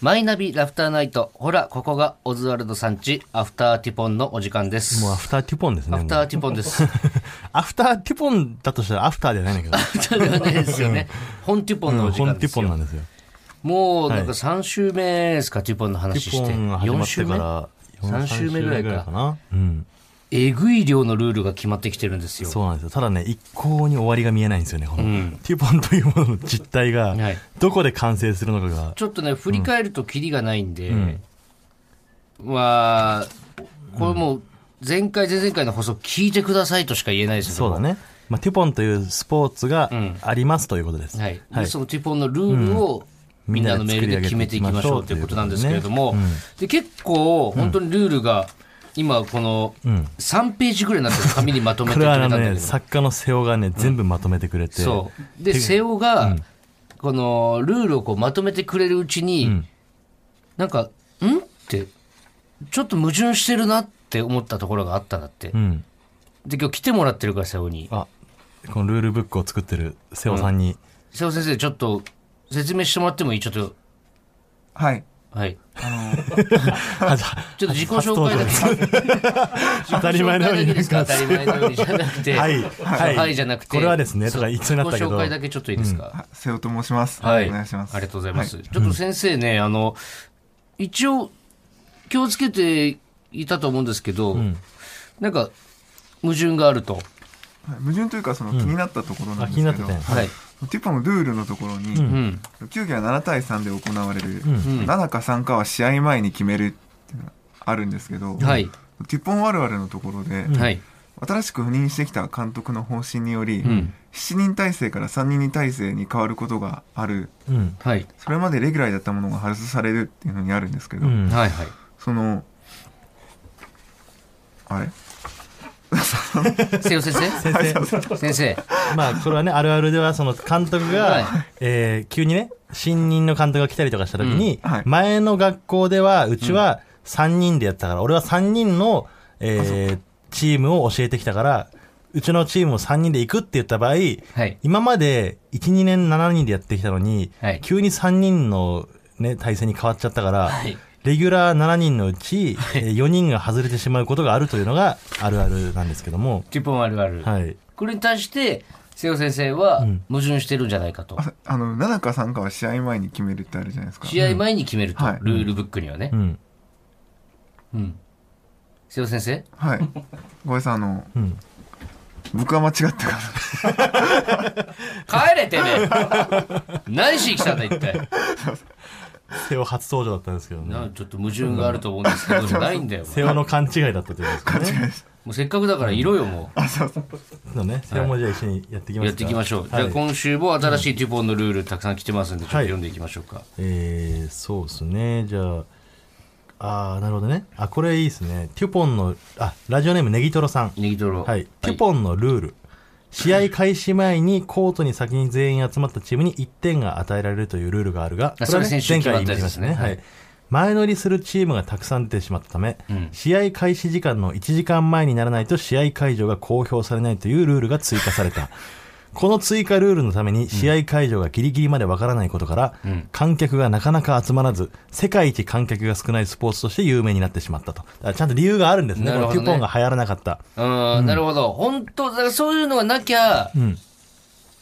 マイナビラフターナイト。ほら、ここがオズワルドさんち、アフターティポンのお時間です。もうアフ ターティポンですね。アフターもティポンです。うアフターティポンだとしたらアフターじゃないんだけど。 そうではないですよね。本ティ ポンのお時本間テでィすポンなよ。んですよ。もう、なんか3週目ですか、ティポンのテ話しィて。ポンが始ま4っ週て目から4 4週目ぐらいかな。うん。えぐい量のルールが決まってきてるんですよ。そうなんですよ。ただね、一向に終わりが見えないんですよね。この、ティポンというものの実態がはい、どこで完成するのかが。ちょっとね、振り返るとキリがないんで、まあ、これもう、前回、前々回の放送聞いてくださいとしか言えないですよそうだ。ね。まあ、ティポンというスポーツがありますということです。はい。でそのティポンのルールを、みんなのメールで決めていきましょうということなんですけれども、で結構、本当にルールが、今、この、3ページぐらいになってる紙にまとめてこくれれたはんだけね、ど。作家の瀬尾がね、全部まとめてくれて。そう。で、瀬尾が、この、ルールをこうまとめてくれるうちに、なんか、んって、ちょっと矛盾してるなって思ったところがあったんだって。うん。で、今日来てもらってるから、瀬尾に。あ、このルールブックを作ってる瀬尾さんに、瀬尾先生、ちょっと、説明してもらってもいいちょっと、はい。はい。 はじゃちょっと自己紹介だけ。当たり前のよ自己紹介だけうに。ですか当たり前のようにじゃなくて。はいはい。はいじゃなくて。これはですねそとか一緒になったけ自ど己紹介だけちょっといいですか、瀬尾と申します。はい。お願いします。ありがとうございます。はちょっと先生ね、あの、一応、気をつけていたと思うんですけど、なんか、矛盾があると。はい矛盾というか、その気になったところなんあです気けにど、なってたよはい。ティポのルールのところに、うん。球技は7対3で行われる、7か3かは試合前に決めるっていうのがあるんですけど、はいティポンあるあるのところで、はい。新しく赴任してきた監督の方針により、ん7人体制から3人体制に変わることがあるうん。はい。それまでレギュラーだったものが外されるっていうのにあるんですけど、うん。はいはい。そのあれ瀬尾先生先生、先生。まあ、これはね、あるあるでは、その監督が、はいえー急にね、新任の監督が来たりとかした時に、うんはい前の学校では、うちは3人でやったから、俺は3人の、えーチームを教えてきたから、うちのチームを3人で行くって言った場合、はい。今まで1、2年7人でやってきたのに、はい急に3人の、ね、体制に変わっちゃったから、はいレギュラー7人のうち、えー4人が外れてしまうことがあるというのがあるあるなんですけども、ティポンあるある。はい。これに対して、瀬尾先生は矛盾してるんじゃないかと。ああの7か3かは試合前に決めるってあるじゃないですか試合前に決めると、はいルールブックにはねう。ん。うん。瀬尾先生はいごめんなさいあのうん。僕は間違ったから帰れてね何しに来たんだ一体瀬尾初登場だったんですけどなね。ちょっと矛盾があると思うんですけ どじゃないんだよ瀬尾の勘違いだったということですね。もうせっかくだからいろよもあそうそうそうね。瀬尾もじゃあ一緒にやっていきうますか。やっていきましょう、はいじゃあ今週も新しいテュポンのルールたくさん来てますんでちょっとはい読んでいきましょうか、えー、そうですね。じゃあ、あー、なるほどね。あ、これいいですね。テュポンの、あ、ラジオネームネギトロさん。ネギトロはい。テュポンのルール。試合開始前にコートに先に全員集まったチームに1点が与えられるというルールがあるが、あこれはそれね先週前決ま回っ言たやついでますしたねね。ははいい。前乗りするチームがたくさん出てしまったため、うん試合開始時間の1時間前にならないと試合会場が公表されないというルールが追加さ れた。この追加ルールのために試合会場がギリギリまでわからないことから、観客がなかなか集まらず、世界一観客が少ないスポーツとして有名になってしまったと。あちゃんと理由があるんですね。なるほどねこのピュポンが流行らなかった。うん、なるほど本当だからそういうのがなきゃ、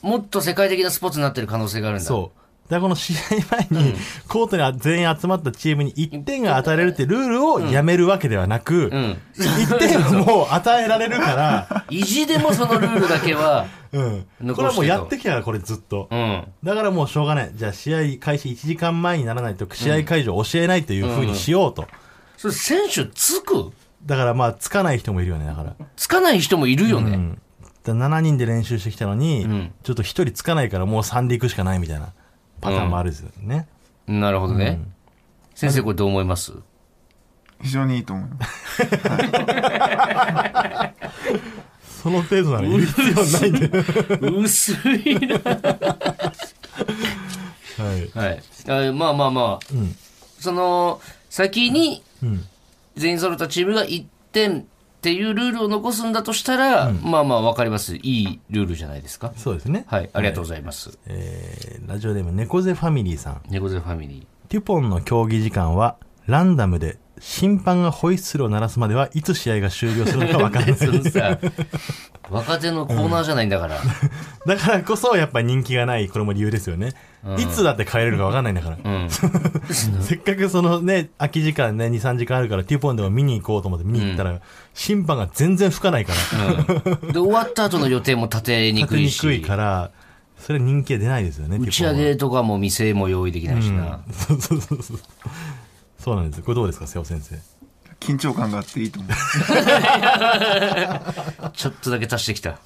もっと世界的なスポーツになってる可能性があるんだそう。だからこの試合前に、コートに全員集まったチームに1点が与えられるってルールをやめるわけではなく、ん1点はもう与えられ るから、意地でもそのルールだけ はうん。残してとこれはもうやってきたから、これずっと。うんだからもうしょうがない。じゃあ試合開始1時間前にならないと試合会場を教えないというふうにしようと。それ選手つくだからまあ、つかない人もいるよね、だから。つかない人もいるよね、うん。だから7人で練習してきたのに、んちょっと1人つかないからもう3で行くしかないみたいなパターンもあるんですよね。なるほどね。先生、これどう思います非常にいいと思いますその程度なら言う必要ないんで。薄いな。 はい。はい。あまあまあまあ、その、先に、全員揃ったチームが1点っていうルールを残すんだとしたら、まあまあわかります。いいルールじゃないですか。そうですね。はい。ありがとうございます。えーラジオネーム猫背ファミリーさん。猫背ファミリテュポンの競技時間はランダムで審判がホイッスルを鳴らすまではいつ試合が終了するのか分からないそのさ、若手のコーナーじゃないんだから。 だからこそやっぱ人気がないこれも理由ですよね、いつだって帰れるか分かんないんだから、うん。せっかくそのね空き時間ね23時間あるからテュポンでも見に行こうと思って見に行ったら、審判が全然吹かないからうんで、終わった後の予定も立てに立くていにし。くいからそれは人気が出ないですよね打ち上テュげとかも店も用意できないしポンは な。そうそうそうそうそうなんですこれどうですか瀬尾先生緊張感があっていいと思う。ちょっとだけ足してきた。は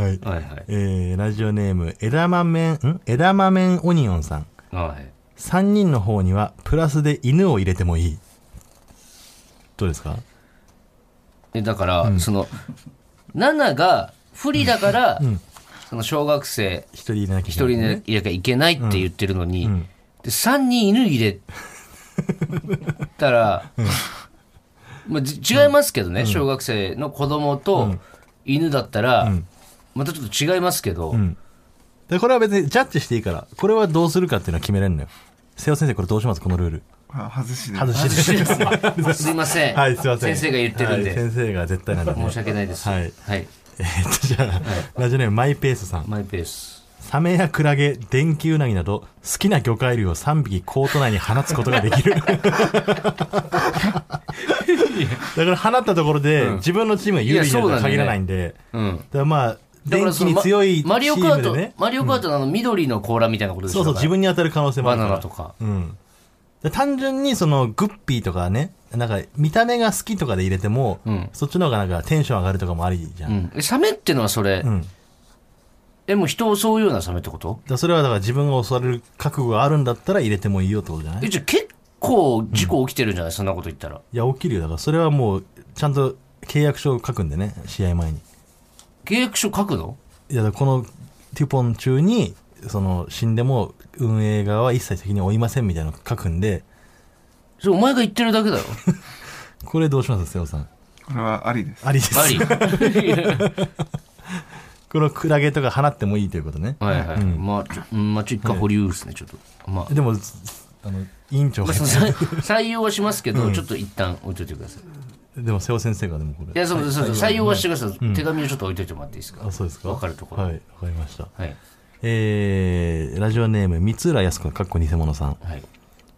いはいはい。えーラジオネーム枝豆ん枝豆オニオンさんはい。 3人の方にはプラスで犬を入れてもいいどうですかえだから、その、7が不利だから、その小学生一人入れなきゃい一けな人いでいなきゃいけないって言ってるのに、んで3人犬入れたら、まあ、じ違いますけどね、小学生の子供と犬だったら、またちょっと違いますけど、んでこれは別にジャッジしていいからこれはどうするかっていうのは決めれるのよ瀬尾先生これどうしますこのルールあ外しで。外 してすいません。 はいすいません先生が言ってるんで、はい先生が絶対なんで、ね、申し訳ないです。はいはい。えーっとじゃあ、ラジオネームマイペースさんマイペース。サメやクラゲ電気ウナギなど好きな魚介類を3匹コート内に放つことができるだから放ったところで、自分のチームが有利になるとは限らないんでうん。だからまあだか電らそ気のに強いチママリオーカームでト、ねマリオカートのあの緑の甲羅みたいなことでしそょうそう自分に当たる可能性もあバるナからナとか。うんで単純にそのグッピーとかねなんか見た目が好きとかで入れても、うんそっちの方がなんかテンション上がるとかもありじゃ、うんん。えサメってのはそれ、うん、え、もう人を襲うようなサメってことだそれはだから自分が襲われる覚悟があるんだったら入れてもいいよってことじゃないえ、じゃあ結構事故起きてるんじゃない、そんなこと言ったら。いや、起きるよ。だから、それはもう、ちゃんと契約書を書くんでね、試合前に。契約書書くのいや、だからこの、テュポン中に、その、死んでも、運営側は一切責任を負いませんみたいなの書くんで、それお前が言ってるだけだろ。これどうします瀬尾さん。これはありです。ありです。あ り。これはクラゲとか放ってもいいということね。はいはい。まあ、ちょ、うんまあ、ちょ、一回保留ですね、ちょっと。まあ、 でも、ずあの、委員長まがあ、、その採用はしますけど、ちょっと一旦置いといてください。でも瀬尾先生がでもこいれ。や、その、そうそう、採用はしてください。手紙をちょっと置いといてもらっていいですかあ、そうですか。わかるところ。は、はいわかりました。い。えー、ラジオネーム、三浦靖子、かっこ偽物さん。はい。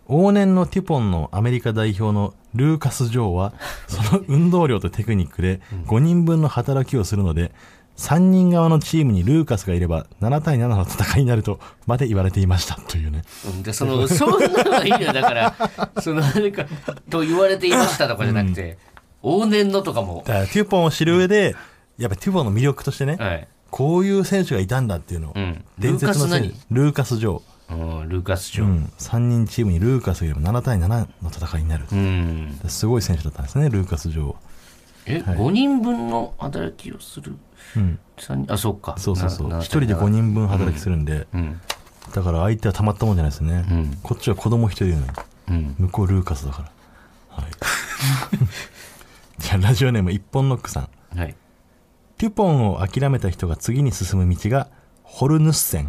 往年のテュポンのアメリカ代表のルーカス・ジョーは、その運動量とテクニックで5人分の働きをするので、3人側のチームにルーカスがいれば7対7の戦いになるとまで言われていましたというね。うんでその、そんなのはいいのよ。だから、その、なんか、と言われていましたとかじゃなくて、往年のとかも、だからテュポンを知る上で、やっぱテュポンの魅力としてね、はい。こういう選手がいたんだっていうのを、うん。ル伝ーカ説スの選手何、ルーカス・ジョー。うん、ルーカスう城。ん、3人チームにルーカスがいれば7対7の戦いになる。うん。すごい選手だったんですね、ルーカス・ジョーは。え、5人分の働きをする。うん、三人あ、そうか。そうそうそう。な1人で5。人分働きするんで、なうん。だから相手はたまったもんじゃないですね、うんこっちは子供一人いるのにうん。向こうルーカスだからはいじゃあラジオネーム一本ノックさんはい。テュポンを諦めた人が次に進む道がホルヌッセン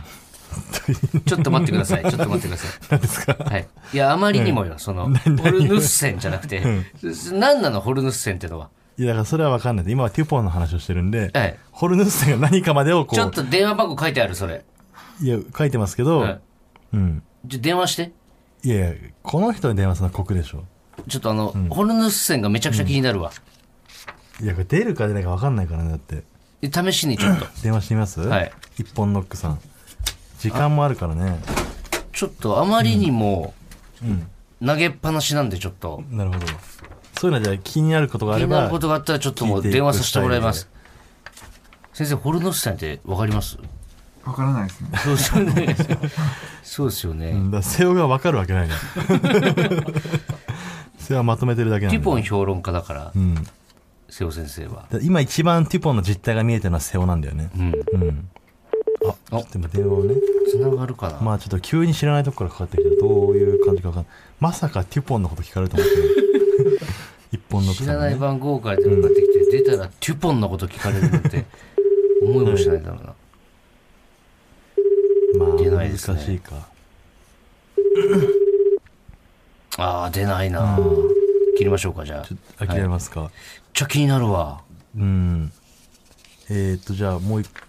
ちょっと待ってくだ さい。ちょっと待ってください。なんですかはい。いや、あまりにもよ、その、ホルヌッセンじゃなくて、何なの、ホルヌッセンってのは。いやだからそれは分かんないです今はテュポンの話をしてるんで、はいホルヌッセンが何かまでをこちょっうと電話番号書いてある、それ。いや書いてますけど、はいうんじゃ、電話して。いやいやこの人に電話するのは酷でしょちょっとあの、ホルヌッセンがめちゃくちゃ気になるわ。いやこれ出るか出ないか分かんないからねだってで試しにちょっと。電話してみます、はい、一本ノックさん時間もあるからねちょっとあまりにも、投げっぱなしなんでちょっと、なるほど。そういうのはじゃあ気になることがあ気れになるばこ、とがあったらちょっともう電話させてもらいます。先生、ホルノスさんってわかりますわからないですね。そうですよね。そうですようね。んだから瀬尾が分かるわ けないね。瀬尾はまとめてるだけなんテで。ィポン評論家だからう、ん。だか瀬尾先生は。ら今一番ティポンの実態が見えてるのは瀬尾なんだよね。うん。うん。あ、ちょっと今電話をね。つながるかなまあちょっと急に知らないとこからかかってきたらどういう感じかわかんない。まさかティポンのこと聞かれると思ってない 一本の知らないね。番号から電話かかってきて、出たらテュポンのこと聞かれるなんて、思いもしないだろうな。まあ出ないですね難しいか。ああ、出ないな。切りましょうか、じゃあ。諦めますか、めっちゃ気になるわ。うんえーっとじゃあもう一じゃあ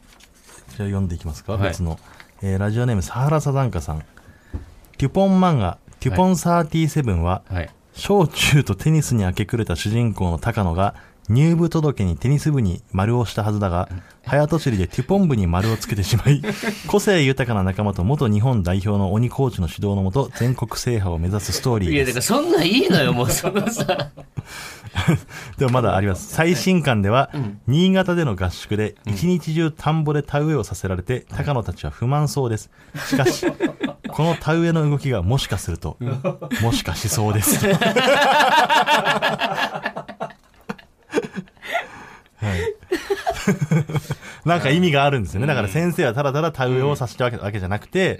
読んでいきますか、はい別の、えーラジオネームサハラサダンカさんテュポン漫画「テュポン37」は、はい。小中とテニスに明け暮れた主人公の高野が入部届にテニス部に丸をしたはずだが早とちりでテュポン部に丸をつけてしま い個性豊かな仲間と元日本代表の鬼コーチの指導のもと全国制覇を目指すストーリーいでや、すだからそんなんいいのよ、も うそのさ。でもまだあります。最新刊では、新潟での合宿で、一日中田んぼで田植えをさせられて、高野たちは不満そうです。しか し、この田植えの動きがもしかすると、もしかしそう です。はい。 なんか意味があるんですよね。だから先生はただただ田植えをさせたわけわけじゃなくて、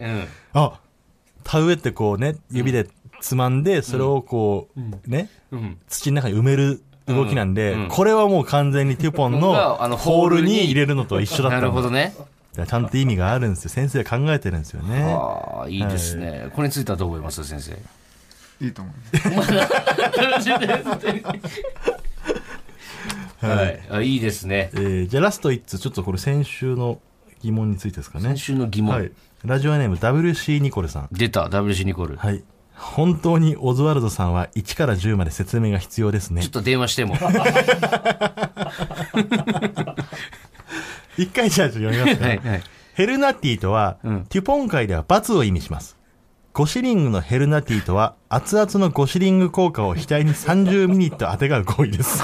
うん。あ田植えってこうね、指でつまんで、それをこう、ね、うん。土の中に埋める動きなんで、うんうんこれはもう完全にテュポ ンがあののホールホールにに入れるのと一緒だったなんだるほどね。だからちゃんと意味があるんですよ先生が考えてるんですよねああ、いいですね。これについてはどう思います 先生。いいと思う。はい。あ、いいですね。えーじゃあラスト1つちょっとこれ先週の疑問についてですかね先週の疑はい問。ラジオネーム WC ニコルさん出た、WC ニコル。はい本当にオズワルドさんは1から10まで説明が必要ですねちょっと電話しても。一回じゃあちょっと読みま すはねいはいヘルナティとは、うんテュポン界では罰を意味します。ゴシリングのヘルナティとは、熱々のゴシリング効果を額に30ミニット当てがう行為 です。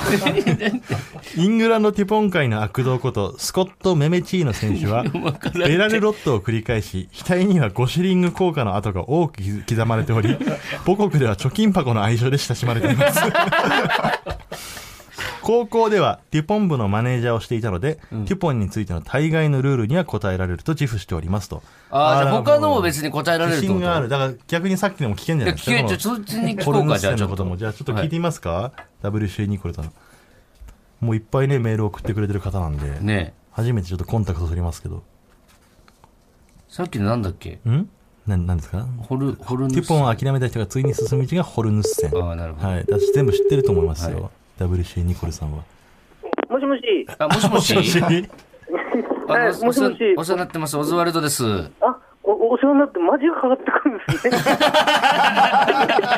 イングランドテュポン界の悪童こと、スコット・メメチーノ選 手は、ベラルロットを繰り返し、額にはゴシリング効果の跡が多く刻まれて おり、母国では貯金箱の愛称で親しまれています。高校ではデュポン部のマネージャーをしていたので、デュポンについての大概のルールには答えられると自負しておりますと。ああ、じゃあ他のもに別に答えられるっ自てこ信とがある。だから逆にさっきのも聞けんじいゃやないです聞け、じゃか。このあそっちに聞コこルうか、ヌじゃあスちのょこっとも。と。じゃあちょっと聞いてみますか、?WC ニコルさん。もういっぱいね、メールを送ってくれてる方なんで、ねえ。初めてちょっとコンタクト取りますけど。さっきのなんだっけんな、なんですかホル、ホルヌデュポンを諦めた人がついに進む道がホルヌス線。ああ、なるほど。はい。私全部知ってると思いますよ。WC ニコルさんは。もしもし。あ、もしもし。あはいおもしもしお世話になってます。オズワルドです。あ、お、お世話になってマジがかかってくるんですね。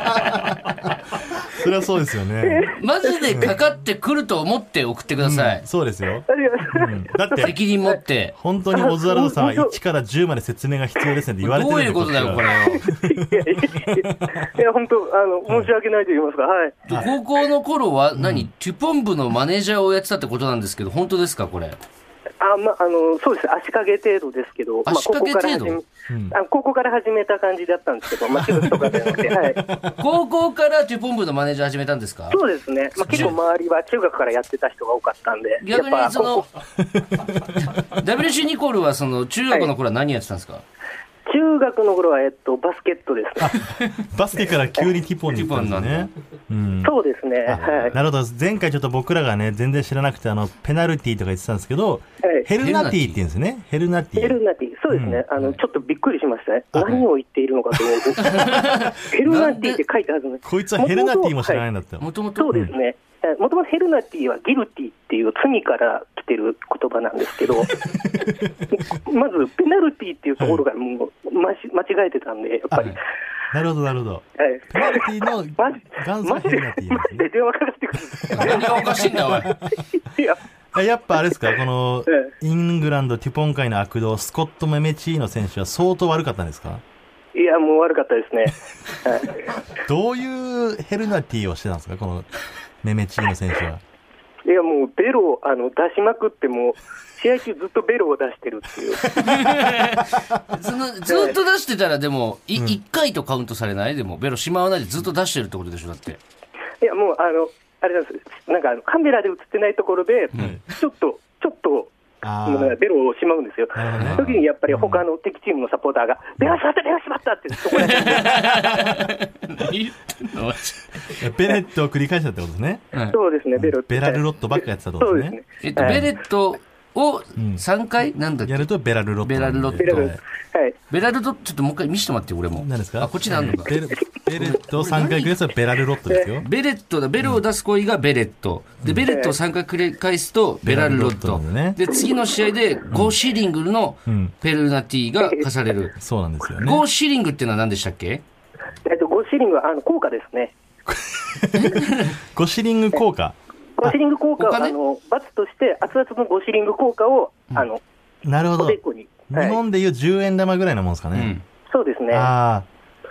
それはそうですよね。マジでかかってくると思って送ってくだ さい。 そうですよ。ありがとうございます。だって、責任持って。本当にオズワルドさんは1から10まで説明が必要ですねって言われてどるんうでいうことだよ、これ。を。いやいやいや、本当あの、申し訳ないと言いますか、はい。高校の頃は何、テュポン部のマネージャーをやってたってことなんですけど、本当ですか、 これ。あ、まあ、あの、そうです。足掛け程度ですけど、まあ足掛けここか程ら度始めあの高校から始めた感じだったんですけど、まあ、仕事とかじゃなく て、はい。高校からテュポン部のマネージャー始めたんですかそうですね。まあ、結構周りは中学からやってた人が多かったんで、やっ逆ぱ、にそのここ、 WC ニコルはその中学の頃は何やってたんですか、中学の頃は、えっと、バスケットですね。バスケから急にティポンに行ったんですね。うん。そうですね。はい。なるほど。前回ちょっと僕らがね、全然知らなくて、あの、ペナルティとか言ってたんですけど、はいヘルナティって言うんですね。ヘルナテヘルィ。ナティ、そうですね、あのちょっとびっくりしましたね、何を言っているのかと思う と、ヘルナティって書いてあるんです、こいつはヘルナティも知らないんのだったもよ。ともと。そうですね、もともとヘルナティはギルティっていう罪から来てる言葉なんですけど、 まずペナルティっていうところがもう間し間違えてたんで、やっぱり、なるほど、なるほど。はいペナルティの マジ元祖マはジヘでルナティなんマですジねで電話かかってくるんですよ何がおかしいんだ、おい。いやあやっぱあれですか、このえ、イングランドティポン界の悪童、スコット・メメチーノ選手は相当悪かったんですかいや、もう悪かったですね。どういうヘルナティをしてたんですか、このメメチーノ選手は。いやもうベロをあの出しまくってもう試合中ずっとベロを出してるっていうそのずっと出してたら、でも、い一回とカウントされないでも、ベロしまわないでずっと出してるってことでしょ、だって。いや、もう、あの、あれなんです。なんかあの、カメラで映ってないところで、ちょっと、ちょっと、あもうなんか ーベロをしまうんですよ。なるほどねその時にやっぱり他の敵チームのサポーターが、ベロしまった、ベロしまったって、そこだけ。何言ってんのベレットを繰り返したってことですね。 そうですね、ベロ。ベラルロッットばっかやってたってこそとうでですすねね。。えっと、はいベレットを3回、なんだっやけるとベラルロットなんで。ベラルロットベラル、ははいい、ベラルド、ちょっともう一回見せてもらって、俺も。何ですかあ、こっちにあんのか。ベル、ベレットを3回くれたらベラルロットですよ。ベレットだ、ベルを出す行為がベレット。で、ベレットを3回繰り返すと、ベラルロット。ベラルロットなんだで、次の試合で、ゴーシーリングのうんペルナティが課される。そうなんですよね。ゴーシーリングっていうのは何でしたっけえっと、5シリングはあの効果ですね。ゴシリング効果。 5シリング効果おは、金あの、罰として、熱々の5シリング効果を、あの、なるほおど。で日こに。はい、本でいう10円玉ぐらいのもんですかうねん。。そうですね。ああ。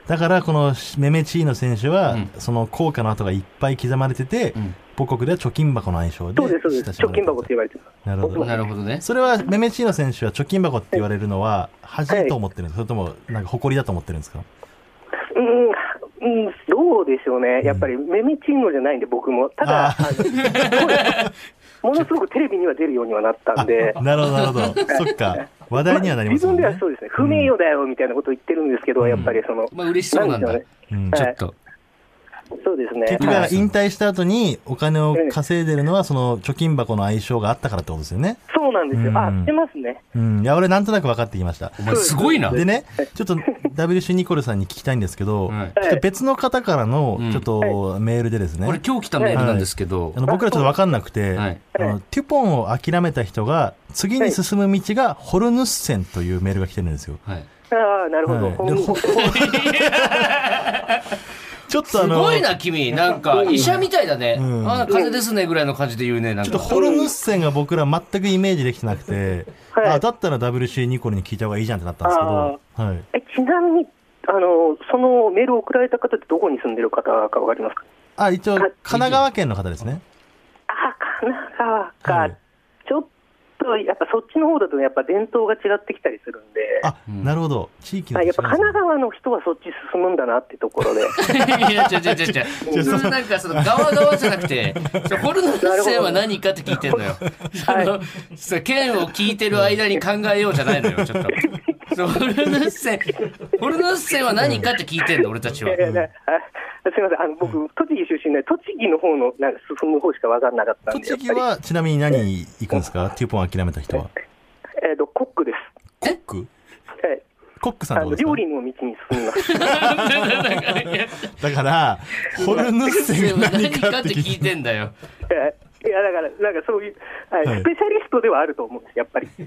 だから、このメメチーノ選手は、うんその効果の跡がいっぱい刻まれてて、うん母国では貯金箱の愛称でそうです、そうです。親しま貯れてる金箱って言われてます。なるほど。なるほどね。それは、メメチーノ選手は貯金箱って言われるのは、恥と思ってるんですか、それとも、なんか誇りだと思ってるんですかうん、うん、どうでしょうね。やっぱり、メメチーノじゃないんで、僕も。ただ、ああのす ごいものすごくテレビには出るようにはなったんで。なるほど、なるほ ど。そっか。話題にはなります自もん分ね。ではそうですね、不名誉だよみたいなことを言ってるんですけど、やっぱりその、まあ嬉しそうなんだでしうょんはちいょっと。うねそうですね、結局だかはらい引退した後にお金を稼いでるのはその貯金箱の相性があったからってことですよね。そうなんですよ、あうん知ってますね、うん。いや、俺なんとなく分かってきました。お前すごいな。でね、ちょっと WC ニコルさんに聞きたいんですけど、はいちょっと別の方からのうんちょっとメールでですね、これ今日来たメールなんですけどあ、の僕らちょっと分かんなくて、はいあのテュポンを諦めた人が次に進む道がホルヌッセンというメールが来てるんですよ。はい。ああ、なるほど、はいでほちょっとあすの、ごいな、君。なんか、医者みたいだね。うんあ、風邪ですね、ぐらいの感じで言うね。なんちょっとか。ホルムッセンが僕ら全くイメージできてなくて、はいあだったら WC ニコルに聞いた方がいいじゃんってなったんですけど、はい、 えちなみにあの、そのメールを送られた方って、どこに住んでる方かわかりますかあ一応あ神奈川県の方ですね。ああ、神奈川か、はいちょっとやっぱそっちの方だと、やっぱ伝統が違ってきたりするんで、あ、うんなるほど地域のあやっぱ神奈川川の人はそっち進むんだなってとこ ろで、いや、違う違う違う 違う。それなんか、その、側側じゃなくて、そのホルヌッセンは何かって聞いてんのよ。その、その剣を聞いてる間に考えようじゃないのよ、ちょっと。そのホルヌッセン、ホルヌッセンは何かって聞いてんの、俺たち は。いやいやあすみません、あの僕、栃木出身で、栃木の方のなんか進む方しか分かんなかったんで、栃木やっはちなみに何行くんですかテュポン諦めた人はぱりえーとコックです。コックはいコックさんあのこのとです料か理の道に進み ます。だからホルムッセンが何何かかっってて聞聞いいててんだよ。いやだから、なんかそういう、はいはいスペシャリストではあると思うんです、やっぱり。テ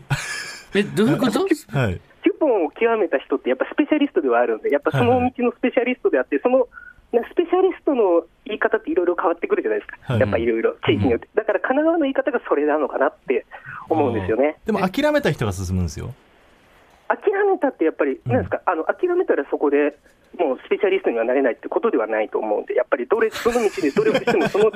え、どういうことはいュポンを極めた人って、やっぱスペシャリストではあるんで、やっぱそのはいはい道のスペシャリストであって、そのなスペシャリストの言い方っていろいろ変わってくるじゃないですか、はいやっぱいろいろ、地域によって、だから神奈川の言い方がそれなのかなって思うんですよね。でも諦めた人が進むんですよ諦めたってやっぱり、なんですか、あの諦めたらそこでもうスペシャリストにはなれないってことではないと思うんで、やっぱりどれどの道で努力しても、その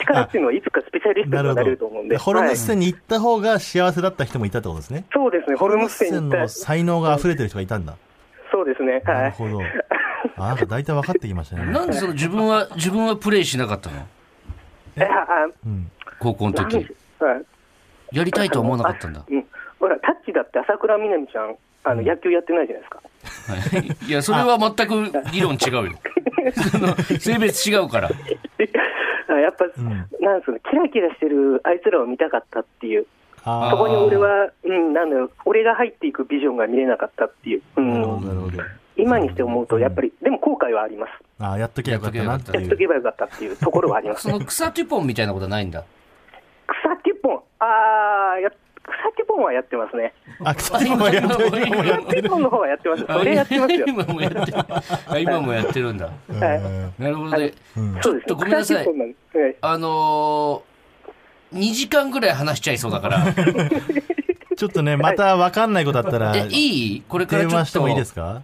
力っていうのは、いつかスペシャリストなにるはほなどれると思うんで、ホルムはッいセンに行った方が幸せだった人もいたってことですねそうですね、ホルムステンに行ったの、才能が溢れてる人がいたんだ。そうですね、なはるい、ほど。あ、なんか大体分かってきました ね。なんでその自分は、自分はプレイしなかったのえあうん。高校のあなん時で。はいやりたいとは思わなかったんだ。うん、ほら、タッチだって朝倉みなみちゃん、あの野球やってないじゃないですか、 はいいや、それは全く議論違う よ。その、性別違うから。あやっぱ、んなんですかね、キラキラしてるあいつらを見たかったっていう、あーそこに俺。は、うん、なんだろう、俺が入っていくビジョンが見れなかったっていう、うなるほん、ど、なるほど。今にして思うと、やっぱり、でも後悔はあります。あーやっときゃよかったなってやっいとう。けばよかったっていうところはありますそね。の草テュポンみたいなことはないんだ。草木ポン、あー、や草木ポンはやってますね。あ、草木もやっと今もやっ草木ポンの方はやってます。それやってますよ。今もやってる。あ今もやってるんだ。うんなるほどね。うんそうですちょっとごめんなさい草木ポンなんですはいあのー、2時間ぐらい話しちゃいそうだから。ちょっとね、また分かんないことあったら、え、いいこれから電ちょ話っしてもいいですと、か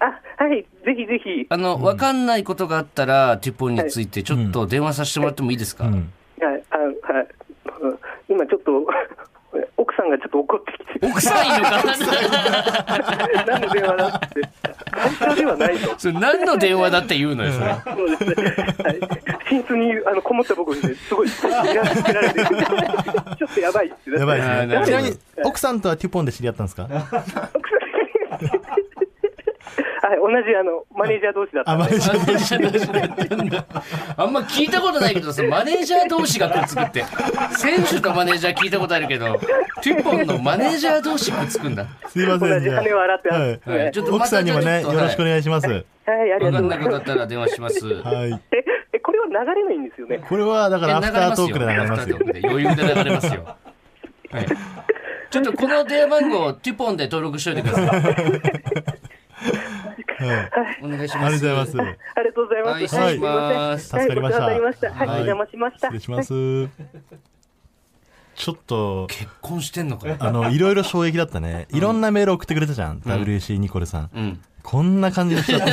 あ、はい、ぜひぜひ。あの、わかんないことがあったら、テュポンについてちょっと電話させてもらってもいいですうかん。はい、あはい、うん今ちょっと、奥さんがちょっと怒ってき て、奥さんいるのか何の電話だって、会社ではないと。それ何の電話だって言うのよ、それ。そうですね。はい寝室にあのこもった僕にね、すごい、いられて、ちょっとやばいってなってやばいあーなるですね。ほどちなみに、奥さんとはテュポンで知り合ったんですかあはい、同じあのマネージャー同士だったあ、んマで、ネ ージャー同士あんま聞いたことないけどさ、マネージャー同士がくっつくって。選手とマネージャー聞いたことあるけど、テュポンのマネージャー同士くっつくんだ。すいませ同ん。じ羽を洗ってあるんですねははいいちょっとまた奥さんにもね、ちよょっとろしくお願いします。はい、ありわかがとうんごなざいかったます。ったら電話します。いはい。え、えこれは流れないんですよね。これは、だかやらアフタートークで流れますよアフ。タートークで余裕で流れますよ。はいちょっとこの電話番号、テュポンで登録しといてください。はいお願いします。ありがとうございます。ありがとうございます。はいすいません。はい助かりましたはい、お世話になりました。はい、はいお邪魔しました。失礼します。ちょっと、結婚してんのかよ。あの、いろいろ衝撃だったね。いろんなメール送ってくれたじゃん。WC ニコルさん。うん。こんな感じでした。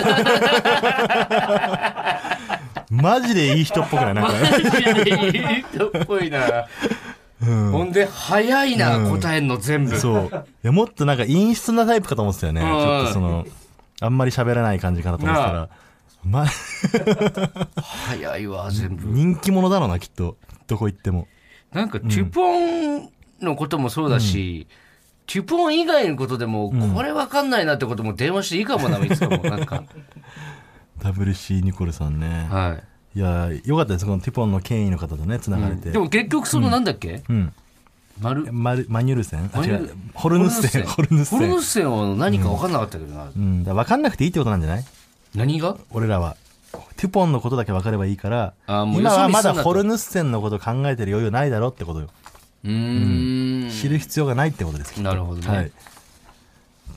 マジでいい人っぽくないなんマか。ジでいい人っぽいな。 ほんで、早いな、うん答えんの全部。そう。いや、もっとなんか陰湿なタイプかと思ってたよね。ちうんょっとその、あんまり喋らない感じかなと思ってたなら。ま、早いわ、全部。人気者だろうな、きっと。どこ行っても。なんか、テュポンのこともそうだし、テュポン以外のことでも、これわかんないなってことも電話していいかもな、いつ かも。なんか、 WC ニコルさんね。はいや、よかったです。このティポンの権威の方とね、繋がれい。てで。も結局、そのなんだっけうん。丸。マルマニュルセンあマニ違ュルう。ホルヌッセン。ホホルルヌヌッッセセン。ン。ホルヌッセンは何かわかんなかったけどなう。ん。だから分かんなくていいってことなんじゃない何が俺らは。テュポンのことだけ分かればいいから、あーもう今はまだよそ見すんなとホルヌッセンのこと考えてる余裕ないだろってことよ。うーん。知る必要がないってことですきっとなるほどねはい、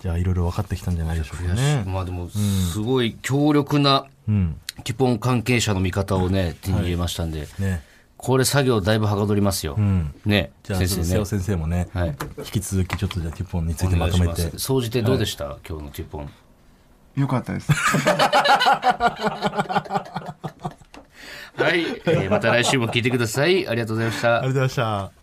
じゃあいろいろ分かってきたんじゃないでしょうかねまあでも、すごい強力な、うんティポン関係者の見方をね、手に入れましたんで、ねこれ作業だいぶはかどりますよ。んね、じゃあ先ちょっ生と瀬尾ね。先生もね、はい。引き続きちょっとじゃあティポンについおてま願いとしめますて。総じてどうでした、今日のティポン。よかったです。はい、えーまた来週も聞いてください。ありがとうございましたありがとうございました